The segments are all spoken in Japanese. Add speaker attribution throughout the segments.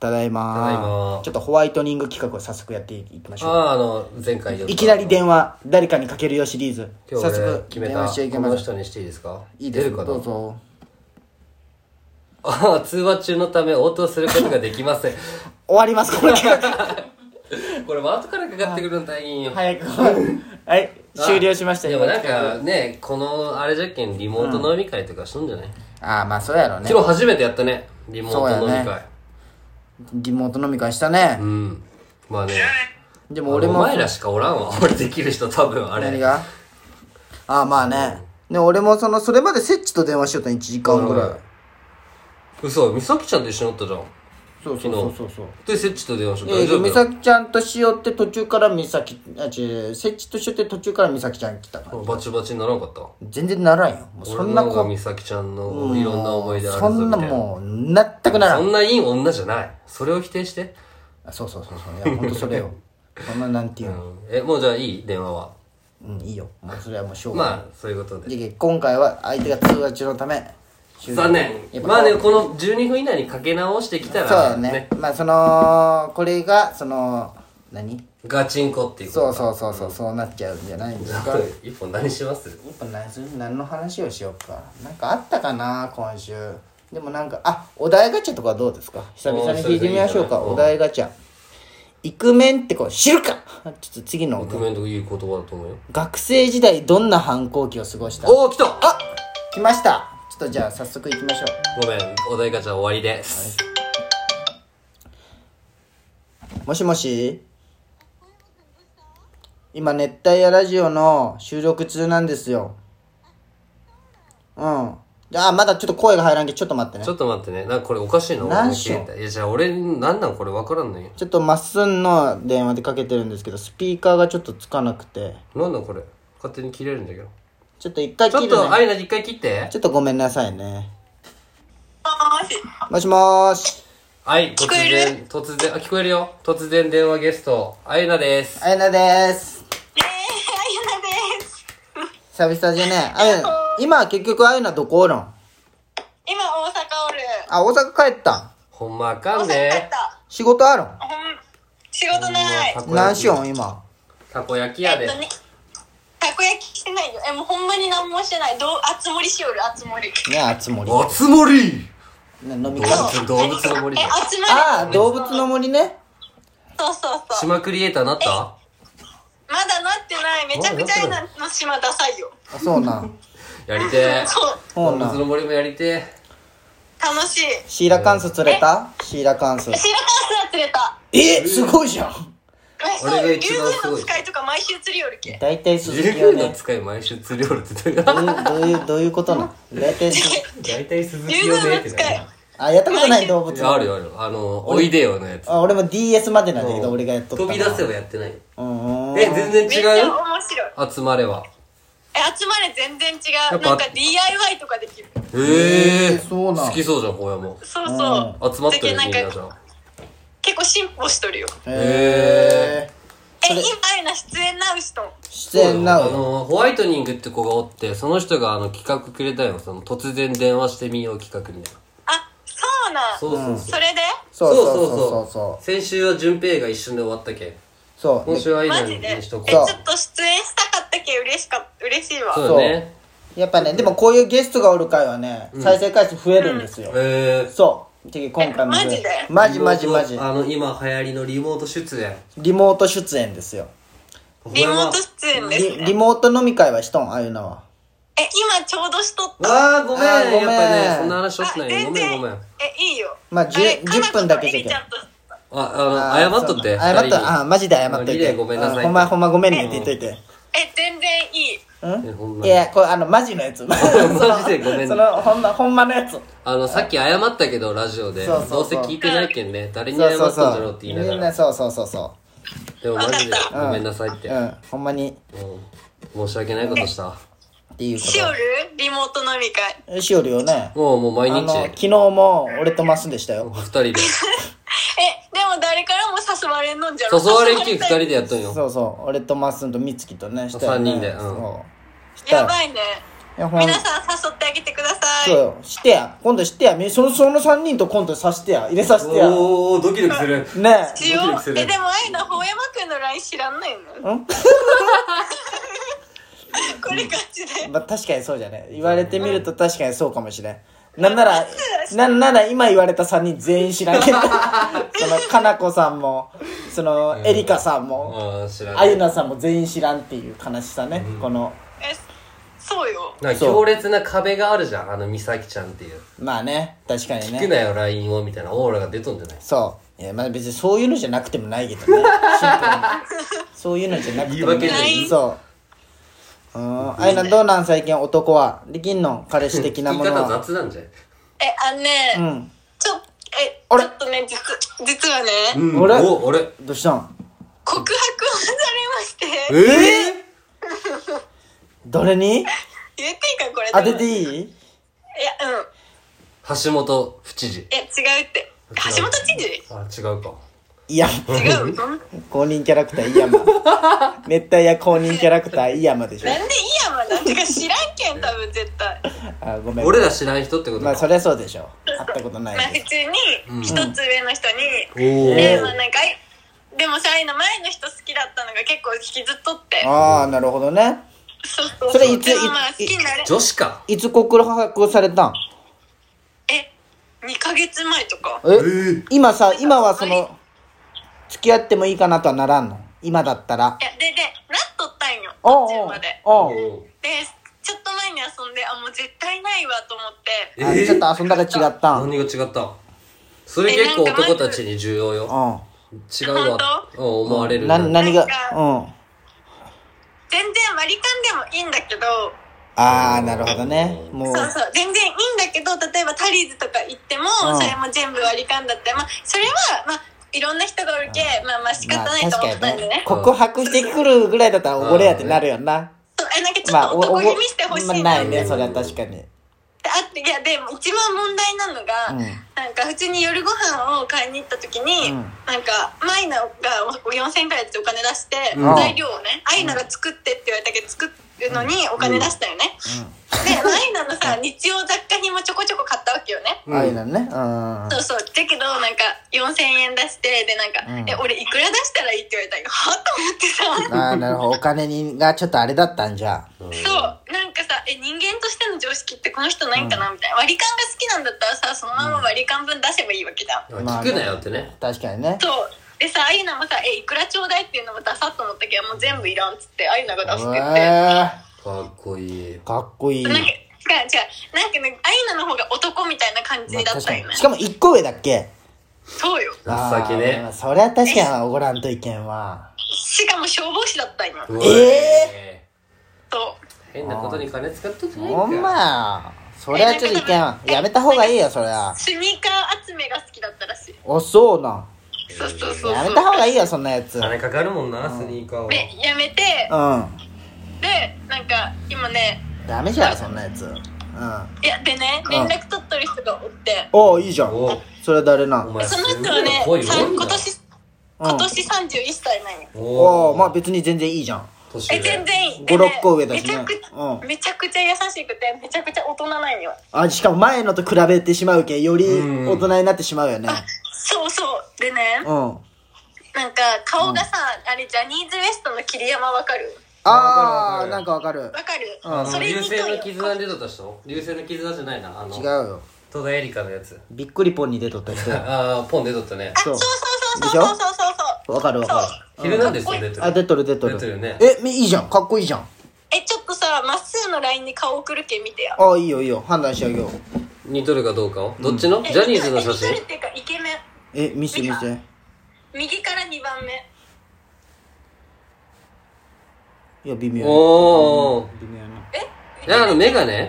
Speaker 1: ただいま
Speaker 2: ただいま
Speaker 1: ちょっとホワイトニング企画を早速やっていきまし
Speaker 2: あ
Speaker 1: ょう
Speaker 2: ああの前回ちょっと
Speaker 1: いきなり電話誰かにかけるよシリーズ
Speaker 2: 今日
Speaker 1: 早
Speaker 2: 俺
Speaker 1: 速
Speaker 2: 決め
Speaker 1: 電
Speaker 2: た
Speaker 1: 話しちゃいけ
Speaker 2: こ
Speaker 1: ま
Speaker 2: の
Speaker 1: せん
Speaker 2: 人にしていいですか
Speaker 1: いいです
Speaker 2: 出るか
Speaker 1: ど
Speaker 2: な
Speaker 1: うぞ
Speaker 2: ああ通話中のため応答することができません
Speaker 1: 終わりますこの企画
Speaker 2: これも後からかかってくるの大変よ
Speaker 1: 早くはい終了しました
Speaker 2: でもなんかねこのあれじゃっけんリモート飲み会とかしとんじゃない、
Speaker 1: ああまあそうやろね
Speaker 2: 昨日初めてやったねリモート飲み
Speaker 1: そうや
Speaker 2: 会
Speaker 1: ねリモート飲み会したね
Speaker 2: う、んまあね
Speaker 1: でも俺も
Speaker 2: お前らしかおらんわ 俺できる人多分あれ
Speaker 1: 何がああまあね、で俺もそのそれまでセッチと電話しよった1時間ぐらい、
Speaker 2: うん嘘美咲ちゃんと一緒におったじゃん
Speaker 1: そうそうそうそうそう
Speaker 2: でセッチと電話しとった
Speaker 1: え
Speaker 2: 大丈
Speaker 1: ー、美
Speaker 2: 夫だよ
Speaker 1: 咲ちゃんとしよって途中から美咲あ違う設置としよって途中から美咲ちゃん来たから
Speaker 2: バチバチにならんかった
Speaker 1: 全然ならんよもうそんな
Speaker 2: 俺の方が
Speaker 1: 子
Speaker 2: 美咲ちゃんのいろんな思い出ある
Speaker 1: そ
Speaker 2: ぞみたい
Speaker 1: んな
Speaker 2: な
Speaker 1: もう全くなら
Speaker 2: そ
Speaker 1: ん
Speaker 2: んないい女じゃないそれを否定して、
Speaker 1: あそうそうそうそういやほんとそれよそんななんていう
Speaker 2: う
Speaker 1: の
Speaker 2: ん、えもうじゃあいい電話は
Speaker 1: うんいいよもうそれはもうしょうがない、
Speaker 2: まあそういうことで
Speaker 1: で今回は相手が通話中のため終了
Speaker 2: 残念
Speaker 1: やっぱ
Speaker 2: まあねこの12分以内にかけ直してきたら
Speaker 1: そうだねまあそのこれがその何
Speaker 2: ガチンコっていうこと
Speaker 1: そうそうそうそうそうなっちゃうんじゃないんですか
Speaker 2: 一本何します
Speaker 1: やっぱ何する何の話をしようかなんかあったかな今週でもなんかあお題ガチャとかどうですか久々に聞いてみましょうか
Speaker 2: うん
Speaker 1: お題ガチャイクメンってこう知るかちょっと次のお
Speaker 2: コ
Speaker 1: 題
Speaker 2: メントいい言葉だと思うよ
Speaker 1: 学生時代どんな反抗期を過ごした
Speaker 2: おお来た
Speaker 1: あ来ましたちょっとじゃあ早速行きましょう
Speaker 2: ごめんお題ガチャ終わりです
Speaker 1: もしもし今熱帯夜ラジオの収録中なんですようんじゃあまだちょっと声が入らんけどちょっと待ってね
Speaker 2: ちょっと待ってねなんかこれおかしいの
Speaker 1: 何
Speaker 2: 俺の
Speaker 1: しよう
Speaker 2: 携帯いやじゃあ俺なんなんこれ分からんのよ
Speaker 1: ちょっとまっすんの電話でかけてるんですけどスピーカーがちょっとつかなくて
Speaker 2: なんなんこれ勝手に切れるんだけど
Speaker 1: ちょっと一回
Speaker 2: ちょ
Speaker 1: 切
Speaker 2: っ
Speaker 1: る
Speaker 2: とア
Speaker 1: ね
Speaker 2: イナ一回切って
Speaker 1: ちょっとごめんなさいねもしもーし
Speaker 2: はい突然突然あ聞こえるよ突然電話ゲストアイナです
Speaker 1: あやなでーす
Speaker 3: イエーイあゆなです
Speaker 1: 久々じゃねあや今結局あやなどこおるんあ
Speaker 3: 今大阪おる
Speaker 1: 大阪帰ったん
Speaker 2: ほんまあ
Speaker 3: 大
Speaker 2: かん
Speaker 3: 阪帰っ
Speaker 2: ね
Speaker 3: た
Speaker 1: 仕事あるん
Speaker 3: ほん仕事ない
Speaker 2: ほんまたこ焼
Speaker 1: 何
Speaker 2: き
Speaker 1: しよん今
Speaker 2: たこ焼き
Speaker 3: え
Speaker 2: 屋
Speaker 3: っ
Speaker 2: で
Speaker 3: とねたこ焼きしてないよえもうほんまに何もしてないどうあつ森しおるあつ森
Speaker 1: ねあつ森
Speaker 2: あつ森
Speaker 1: ね飲み
Speaker 2: 動
Speaker 1: 会
Speaker 2: 物動物の森
Speaker 3: え
Speaker 2: だ
Speaker 3: あつ森
Speaker 1: ああ動物の森ね
Speaker 3: そうそうそう
Speaker 2: 島クリエイターなった
Speaker 3: まだなってないめちゃくちゃなの島ダサいよ
Speaker 1: あそうなん
Speaker 2: やりてー
Speaker 3: そう
Speaker 1: そ
Speaker 2: 動
Speaker 1: うな
Speaker 2: 物
Speaker 1: ん
Speaker 2: の森もやりて
Speaker 3: 楽しい
Speaker 1: シーラカンス釣れたシーラカンス
Speaker 3: シーラカンスは釣れた
Speaker 1: えすごいじゃん
Speaker 3: えそ
Speaker 2: 俺が
Speaker 3: う
Speaker 2: 一
Speaker 3: 竜
Speaker 2: 番すごい
Speaker 3: 宮の使いとか毎週釣りよるけ
Speaker 1: 大体
Speaker 2: ー
Speaker 1: 鈴
Speaker 2: 自
Speaker 1: 木は
Speaker 2: 由の
Speaker 1: ね
Speaker 2: 使い毎週釣りおるって言って
Speaker 1: どういうどういうどういうことなの大体そ
Speaker 2: 大体鈴
Speaker 3: 竜
Speaker 2: 木よね
Speaker 3: 宮
Speaker 2: っ
Speaker 3: の
Speaker 2: て
Speaker 3: 使い
Speaker 2: な
Speaker 1: あやったことない動物
Speaker 2: いやあるよあるよあのおいでよのやつ
Speaker 1: あ俺も DS までなんだけど俺がやっとった
Speaker 2: 飛
Speaker 1: な
Speaker 2: び出せはやってない
Speaker 1: うんうん
Speaker 2: え全
Speaker 3: めっち
Speaker 2: 然違
Speaker 3: ゃ
Speaker 2: う
Speaker 3: 面白い
Speaker 2: 集まれは
Speaker 3: え集まれ全然違
Speaker 2: や
Speaker 3: う
Speaker 2: っぱ
Speaker 3: なんか DIY とかできる
Speaker 2: え
Speaker 1: えーそうなん
Speaker 2: 好きそうじゃんほやも
Speaker 3: そうそう
Speaker 2: 集まってる
Speaker 3: だ
Speaker 2: みん
Speaker 3: け
Speaker 2: な
Speaker 3: ど
Speaker 2: じゃ
Speaker 3: なんか
Speaker 2: ん
Speaker 3: 結構進歩しとるよ
Speaker 1: へえ
Speaker 3: え、今あゆな出演なうしとん。
Speaker 1: 出演な
Speaker 2: あ
Speaker 1: う
Speaker 2: のホワイトニングって子がおってその人があの企画くれたよその突然電話してみよう企画みたいな
Speaker 3: あ、そうなん。
Speaker 2: そうそうそう
Speaker 3: それで
Speaker 1: そうそうそうそう
Speaker 2: 先週は順平が一瞬で終わったけん
Speaker 1: そうそう
Speaker 2: 今週はアイナ
Speaker 3: マジ
Speaker 2: に
Speaker 3: で。え、
Speaker 2: し
Speaker 3: ちょ
Speaker 2: とこ
Speaker 3: っ
Speaker 2: と
Speaker 3: 出
Speaker 1: そう
Speaker 3: 演したかったけ嬉しか、嬉しいわ。
Speaker 2: う
Speaker 3: う
Speaker 2: そうだね
Speaker 1: やっぱねでもこういうゲストがおる回はね再生回数増えるんですよ
Speaker 2: えー
Speaker 1: そうてか今回も
Speaker 3: えマジで
Speaker 1: マジマジマジ
Speaker 2: リモートあの今流行りのリモート出演
Speaker 1: リモート出演ですよ
Speaker 3: リモート出演です
Speaker 1: リリモート飲み会はしとんああいうのは
Speaker 3: え、今ちょうどしとっ
Speaker 2: わ
Speaker 3: た。
Speaker 2: あごめん
Speaker 1: あーごめん
Speaker 2: やっぱねそんな話しとって
Speaker 3: あ
Speaker 2: ないごめんごめんあ
Speaker 3: え、いいよ。
Speaker 1: まあじゅ
Speaker 3: あれ
Speaker 1: 10分だけじゃけん
Speaker 3: かなことえりちゃんと
Speaker 2: あの謝っとっ
Speaker 1: そ
Speaker 2: て
Speaker 1: う謝っ
Speaker 2: 二人
Speaker 1: と
Speaker 2: に
Speaker 1: あマジで謝っとい
Speaker 2: リレ
Speaker 1: て
Speaker 2: ーごめんなさいって
Speaker 1: ほんまほんまごめんねって言っといて
Speaker 3: え、全然いい。
Speaker 1: うん
Speaker 2: えほんま
Speaker 1: いやこれあのマジのやつマ
Speaker 2: マジでごめんね
Speaker 1: そのほんまほんまのやつ
Speaker 2: あのさっき謝ったけどラジオで
Speaker 1: そうそうそう
Speaker 2: どうせ聞いてないけんね誰に
Speaker 1: そ
Speaker 2: 謝
Speaker 1: う
Speaker 2: っ
Speaker 1: そ
Speaker 2: た
Speaker 1: うん
Speaker 2: じゃろ
Speaker 1: そう
Speaker 2: っ
Speaker 1: う
Speaker 2: て
Speaker 1: み
Speaker 2: 言いなが
Speaker 1: ん
Speaker 2: ら
Speaker 1: なそうそうそうそ
Speaker 2: でもマジで
Speaker 3: わかっ
Speaker 2: ごめんなさいって
Speaker 1: ううんほんまに
Speaker 2: うん申し訳ないことした
Speaker 1: っていうこ
Speaker 3: しおるリモート飲み会。
Speaker 1: としおるよね
Speaker 2: もうもう毎
Speaker 1: あの
Speaker 2: 日
Speaker 1: 昨日も俺とマスでしたよ
Speaker 2: 二人で
Speaker 3: え、でも誰からも誘われんのんじゃろ
Speaker 2: 誘われんき二人
Speaker 3: 誘われ
Speaker 2: でやっとんよ
Speaker 1: そうそう俺とマスとみつきとねしたよ
Speaker 2: 三
Speaker 1: ね
Speaker 2: 人でうん
Speaker 1: そうした
Speaker 3: や
Speaker 1: ら
Speaker 3: ばいね。
Speaker 1: いやほん
Speaker 3: 皆さん誘ってあげてください
Speaker 1: そうよしてや今度してやみそのその3人とコントさせてや入れさせてやね
Speaker 2: おおドキドキする
Speaker 1: え
Speaker 3: 一応
Speaker 2: ドキドキする
Speaker 3: えでもあゆのほやまくんの LINE 知らんないの これガチで
Speaker 1: まあ、確かにそうじゃね言われてみると確かにそうかもしれんなんならなんなら今言われた3人全員知らんけどそのかなこさんもそのえりかさんも
Speaker 2: ああ知らな
Speaker 1: あゆ
Speaker 2: い
Speaker 1: なさんも全員知らんっていう悲しさね、この
Speaker 3: えそうよ
Speaker 2: なんか強烈な壁があるじゃんあの美咲ちゃんっていう
Speaker 1: まあね確かに
Speaker 2: 聞く
Speaker 1: ね
Speaker 2: なよ LINE をみたいなオーラが出とんじゃない
Speaker 1: そういやまあ別にそういうのじゃなくてもないけどねシンプルにそういうのじゃなくても
Speaker 2: 言い訳
Speaker 3: じゃない
Speaker 1: そううーんあゆなどうなん最近男はできんの彼氏的な
Speaker 2: 聞き
Speaker 1: もの
Speaker 2: 方
Speaker 1: は
Speaker 2: 雑なんじゃない
Speaker 3: えあのね、
Speaker 1: うん
Speaker 3: ちょえ
Speaker 1: あ
Speaker 3: ち
Speaker 1: れ
Speaker 3: ょっとね実実はね、
Speaker 2: うん
Speaker 1: 俺
Speaker 2: お俺
Speaker 1: どうしたん
Speaker 3: 告白をされまして
Speaker 2: ええ
Speaker 1: 誰に
Speaker 3: 言っていいかこれ
Speaker 1: 当てて
Speaker 3: いい
Speaker 1: いい
Speaker 3: やうん
Speaker 2: 橋本府知事
Speaker 3: いや違うって橋本知事
Speaker 2: あ違うか
Speaker 1: いや
Speaker 3: 違うのなんで
Speaker 1: 公認キャラクターイヤマ熱帯夜公認キャラクターイヤマでしょ
Speaker 3: いいやまなんてか知らんけん多分絶対
Speaker 1: あごめん
Speaker 2: 俺ら知らん人ってこと
Speaker 1: まあそ
Speaker 2: か
Speaker 1: りゃそうでしょ会ったことな
Speaker 3: まあ
Speaker 1: い
Speaker 3: 普
Speaker 1: け
Speaker 3: 通に一つ上の人に、
Speaker 2: おお
Speaker 3: でまあなんかでもさあの前の人好きだったのが結構引きずっとって
Speaker 1: どああなるほどね
Speaker 3: そうそうう
Speaker 1: それいつ
Speaker 3: でもまあ
Speaker 1: い
Speaker 3: 好きになれ
Speaker 2: 女子か
Speaker 1: いつ告白されたん
Speaker 3: え二2ヶ月前とか
Speaker 1: え今さ今はその付き合ってもいいかなとはならんの今だったら
Speaker 3: いやででなっとったんよ
Speaker 1: おうお
Speaker 3: 途中
Speaker 1: う
Speaker 3: まで
Speaker 1: おう
Speaker 2: お
Speaker 3: でちょっと前に遊んであもう絶対ないわと思って
Speaker 2: え
Speaker 1: あちょっと遊んだら違ったんうん
Speaker 2: 何が違ったそれ結構男たちに重要よ違うわ
Speaker 3: 本
Speaker 2: うん思われる
Speaker 1: な
Speaker 2: な
Speaker 1: 何が
Speaker 3: なんか
Speaker 1: うん
Speaker 3: 全然割り勘でもいいんだけど
Speaker 1: ああなるほどねもう
Speaker 3: そうそう全然いいんだけど例えばタリーズとか行っても
Speaker 1: うん
Speaker 3: それも全部割り勘だって、まあ、それは、まあ、いろんな人がおるけまあまあ仕方
Speaker 1: まあ
Speaker 3: ないと思っ
Speaker 1: 確か
Speaker 3: たん
Speaker 1: に
Speaker 3: で
Speaker 1: ね
Speaker 3: ね,、
Speaker 1: 告白してくるぐらいだったらおごれやってなるよな
Speaker 3: そうえなんかちょ
Speaker 1: まあ
Speaker 3: っと
Speaker 1: お
Speaker 3: 男
Speaker 1: おご
Speaker 3: 気見してほしい
Speaker 1: まあ
Speaker 3: な
Speaker 1: な
Speaker 3: っ
Speaker 1: い
Speaker 3: て
Speaker 1: ねそれは確かに
Speaker 3: あっていやでも一番問題なのが、
Speaker 1: うん
Speaker 3: なんか普通に夜ご飯を買いに行った時に、
Speaker 1: うん
Speaker 3: なんかマイナが4000円くらいでお金出して、
Speaker 1: うん
Speaker 3: 材料をねアイナが作ってって言われたけど作るのにお金出したよね、でアイナのさ日用雑貨品もちょこちょこ買ったわけよね
Speaker 1: ああいうのねうん
Speaker 3: そうそうだけどなんか4000円出してでなんか、
Speaker 1: うん
Speaker 3: え俺いくら出したらいいって言われたんよはと思ってさ
Speaker 1: ああ、なるほど。お金にがちょっとあれだったんじゃ。
Speaker 3: そうなんかさえ人間としての常識ってこの人ないんかなみたいな割り勘が好きなんだったらさそのまま割り勘分出せばいいわけだ、
Speaker 1: まあ
Speaker 2: 聞くなよってね
Speaker 1: 確かにね。
Speaker 3: そうでさあゆなもさ「えいくらちょうだい」っていうのもダサっと思ったけどもう全部いらんっつってあゆなが出すって言って
Speaker 1: え
Speaker 2: かっこいい
Speaker 1: ー、かっこいい。
Speaker 3: なんか違
Speaker 1: ま
Speaker 3: う違うなんかねあゆなの方が男みたいな感じ
Speaker 1: あ
Speaker 3: だっ
Speaker 1: 確
Speaker 3: た
Speaker 1: か
Speaker 3: よね
Speaker 1: に。しかも一個上だっけ
Speaker 3: そうよ
Speaker 2: 情け
Speaker 1: あー
Speaker 2: ね
Speaker 1: そりゃ確かにおごらんといけんわ。
Speaker 3: しかも消防士だったんよ
Speaker 2: うわ
Speaker 1: え
Speaker 3: そう
Speaker 2: 変なことに金使っとってない
Speaker 1: ほん
Speaker 2: か
Speaker 1: まや。そりゃちょっといけんわ。やめた方がいいよ、そりゃ。
Speaker 3: スニーカー集めが好きだったらしい
Speaker 1: お、そうなん。
Speaker 3: そうそうそう
Speaker 1: や
Speaker 3: そ
Speaker 1: め
Speaker 3: う
Speaker 1: た方がいいよ、そんなやつ。うん。
Speaker 2: 金かかるもんなスニーカーは
Speaker 3: でやめてでなんか今ね
Speaker 1: ダメじゃん、そんなやつ。うん。
Speaker 3: いやでね連絡取っとる人がおって
Speaker 1: おいいじゃん。
Speaker 2: お
Speaker 1: それは誰なん
Speaker 2: お前
Speaker 3: そ
Speaker 2: す
Speaker 3: の
Speaker 2: ごい
Speaker 3: 人はね
Speaker 2: 恋
Speaker 3: さ
Speaker 2: 多い
Speaker 3: 今
Speaker 2: な
Speaker 3: 年今年31歳なんよ
Speaker 1: お
Speaker 2: お
Speaker 1: おまあ別に全然いいじゃん。
Speaker 2: 年
Speaker 3: え
Speaker 2: 上
Speaker 3: 全然いい
Speaker 1: 五六個上だしね
Speaker 3: めちゃくちゃ、
Speaker 1: うん
Speaker 3: めちゃくちゃ優しくてめちゃくちゃ大人なんよ
Speaker 1: あ、しかも前のと比べてしまうけ、より
Speaker 2: うん
Speaker 1: 大人になってしまう よね。
Speaker 3: そうそうでね
Speaker 1: うん。
Speaker 3: なんか顔がさ、あれジャニーズ WEST の桐山わかる
Speaker 1: あ
Speaker 2: あ
Speaker 1: ー
Speaker 2: ー
Speaker 1: なんかわかる
Speaker 3: わかる、
Speaker 1: うん
Speaker 3: それ
Speaker 2: 流
Speaker 3: にと
Speaker 2: 星の絆
Speaker 3: よ
Speaker 2: に出とった人流星の絆じゃないなあの
Speaker 1: 違うよ
Speaker 2: 戸田恵梨香のやつ
Speaker 1: びっくりポンに出とった人
Speaker 2: ああポン出とったね
Speaker 3: あそうそうそうそうそうそうそう
Speaker 1: わかるわか
Speaker 2: 「昼なんですよ」出て
Speaker 3: か
Speaker 1: る
Speaker 2: る
Speaker 1: あ出とる出とる
Speaker 2: 出とるよね
Speaker 1: えみいいじゃんかっこいいじゃん
Speaker 3: えちょっとさまっすーの LINE に顔送るけん見てや
Speaker 1: あいいよいいよ判断してあげよう
Speaker 2: 似とるかどうかをどっちのジャニーズの写
Speaker 3: え似とる
Speaker 2: 真
Speaker 3: っていうかイケメン
Speaker 1: え見せて見せて
Speaker 3: 右から2番目
Speaker 1: いや微妙
Speaker 2: おお
Speaker 1: 微妙な
Speaker 2: えあの眼鏡
Speaker 3: そう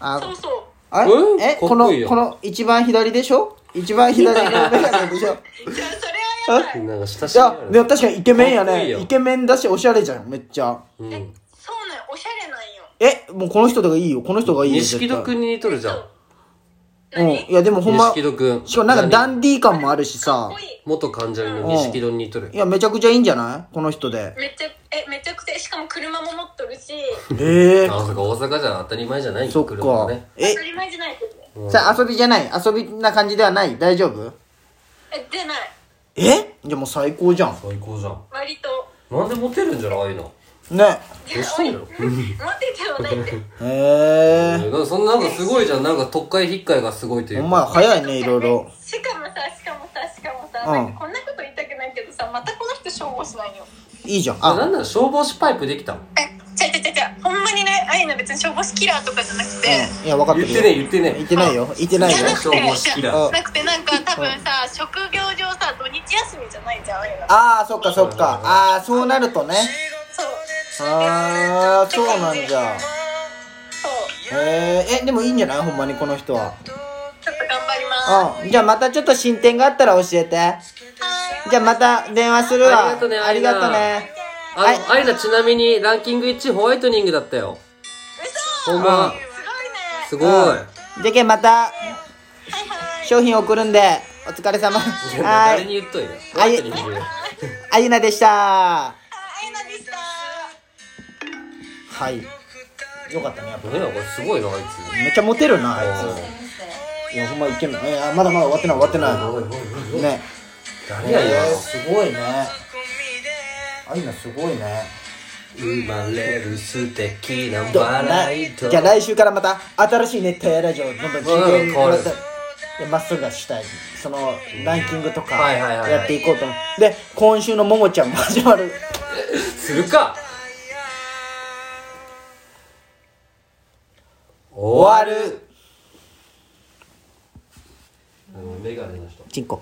Speaker 1: あ
Speaker 3: そ
Speaker 1: あ
Speaker 2: うん
Speaker 1: え
Speaker 2: かっ
Speaker 1: こ
Speaker 2: こ
Speaker 1: の
Speaker 2: いいよ
Speaker 1: この一番左でしょ一番左のメガ ネでしょ
Speaker 3: うじゃあそれはやばい
Speaker 2: なんか親
Speaker 1: い
Speaker 2: しみあ
Speaker 1: や
Speaker 2: る
Speaker 1: でも確かにイケメンや
Speaker 2: かっこいい
Speaker 1: ね
Speaker 2: よ
Speaker 1: イケメンだしおしゃれじゃんめっちゃ
Speaker 2: うん
Speaker 3: そうなんよおしゃれなんよ
Speaker 1: えもうこの人とかいいよこの人がいいよ
Speaker 2: 錦戸くんに似とるじゃん
Speaker 1: うん
Speaker 3: 何
Speaker 1: いやでもほんま
Speaker 2: 錦
Speaker 1: し
Speaker 2: 戸くん
Speaker 1: かもなんかダ
Speaker 2: ジャニー
Speaker 1: ンディー感もあるしさ
Speaker 3: かっこいい
Speaker 2: 元関ジャニの錦戸に似とる
Speaker 1: いやめちゃくちゃいいんじゃないこの人で
Speaker 3: めっちゃえめちゃくちゃしかも車も持っとるし、
Speaker 1: ええ
Speaker 2: あ、そっか、大阪じゃ当たり前じゃない
Speaker 1: そっ
Speaker 2: 車
Speaker 1: か
Speaker 2: ね。
Speaker 1: え
Speaker 3: 当たり前じゃないですね。
Speaker 1: さあ遊びじゃない遊びな感じではない大丈夫
Speaker 3: え出ない。
Speaker 1: えじゃあもう最高じゃん
Speaker 2: 最高じゃん。
Speaker 3: 割と。
Speaker 2: なんでモテるんじゃないの
Speaker 1: ね
Speaker 3: い
Speaker 2: どう
Speaker 3: や
Speaker 2: したんやろ
Speaker 3: おい 持っててもないって。
Speaker 1: ええ
Speaker 2: なんかそんななんかすごいじゃん。なんか特会引っかいがすごいとい
Speaker 1: お
Speaker 2: うか。
Speaker 1: 前早いねいろいろ
Speaker 3: しかもさ、しかもさ、しかもさ、
Speaker 1: うん
Speaker 3: なんかこんなこと言いたくないけどさ、またこの人消防しないよ。
Speaker 1: いいじゃん
Speaker 2: あ、な
Speaker 1: あ
Speaker 2: んなら消防士パイプできたの
Speaker 3: え、ちゃちゃちゃちゃ、ほんまにね、あいな別に消防士キラーとかじゃなくて、
Speaker 1: うんいや分かって
Speaker 2: 言
Speaker 1: る
Speaker 2: ってね、
Speaker 1: よ言っ
Speaker 2: 言ってね。
Speaker 1: てないよ言ってない
Speaker 3: じゃ
Speaker 1: よ
Speaker 3: なくて
Speaker 2: 消防士キラ
Speaker 1: ー
Speaker 3: じゃなくてなんか多分さ、職業上さ、土日休みじゃないじゃん、あいな。
Speaker 1: ああそっかそっかああそうなるとね
Speaker 3: そう。
Speaker 1: ああそうなんじゃ
Speaker 3: そう。
Speaker 1: えー、えでもいいんじゃないほんまにこの人は
Speaker 3: ちょっと頑張ります。
Speaker 1: うんじゃあまたちょっと進展があったら教えて
Speaker 3: はい
Speaker 1: じゃあまた電話するわ
Speaker 2: ありがとね
Speaker 1: ありがとね
Speaker 2: あ
Speaker 1: はい
Speaker 2: の、アイナちなみにランキング1ホワイトニングだったよ。
Speaker 3: 嘘
Speaker 2: ほんま。
Speaker 3: すごいね。
Speaker 2: すごい。
Speaker 1: うんじゃけんまた
Speaker 3: はいはい。
Speaker 1: 商品送るんでお疲れ様は
Speaker 2: 誰
Speaker 1: い
Speaker 2: に言っといて。ホ
Speaker 1: は
Speaker 2: ワ
Speaker 1: い
Speaker 2: イトニング。
Speaker 1: あゆなでした
Speaker 3: あいなでした。
Speaker 1: はいよかったねやっぱ
Speaker 2: ねこれすごいな、あいつ。
Speaker 1: めっちゃモテるなあい
Speaker 2: おい
Speaker 1: ついやほんまイケメンいやまだまだ終わってない終わ
Speaker 2: おいおい
Speaker 1: って
Speaker 2: おいお
Speaker 1: ない
Speaker 2: い
Speaker 1: ね
Speaker 2: 誰やよ。
Speaker 1: すごいねあゆなすごいね
Speaker 2: 生まれる素敵な
Speaker 1: ど
Speaker 2: 笑いと。
Speaker 1: じゃあ来週からまた新しい熱帯夜ラジオどんどん聞いてもらって
Speaker 2: うん
Speaker 1: でまっすぐが主体そのランキングとか
Speaker 2: はいはいはい
Speaker 1: やっていこうと思うで今週のももちゃんも始まる
Speaker 2: するか終わるメガネの人
Speaker 1: チンコ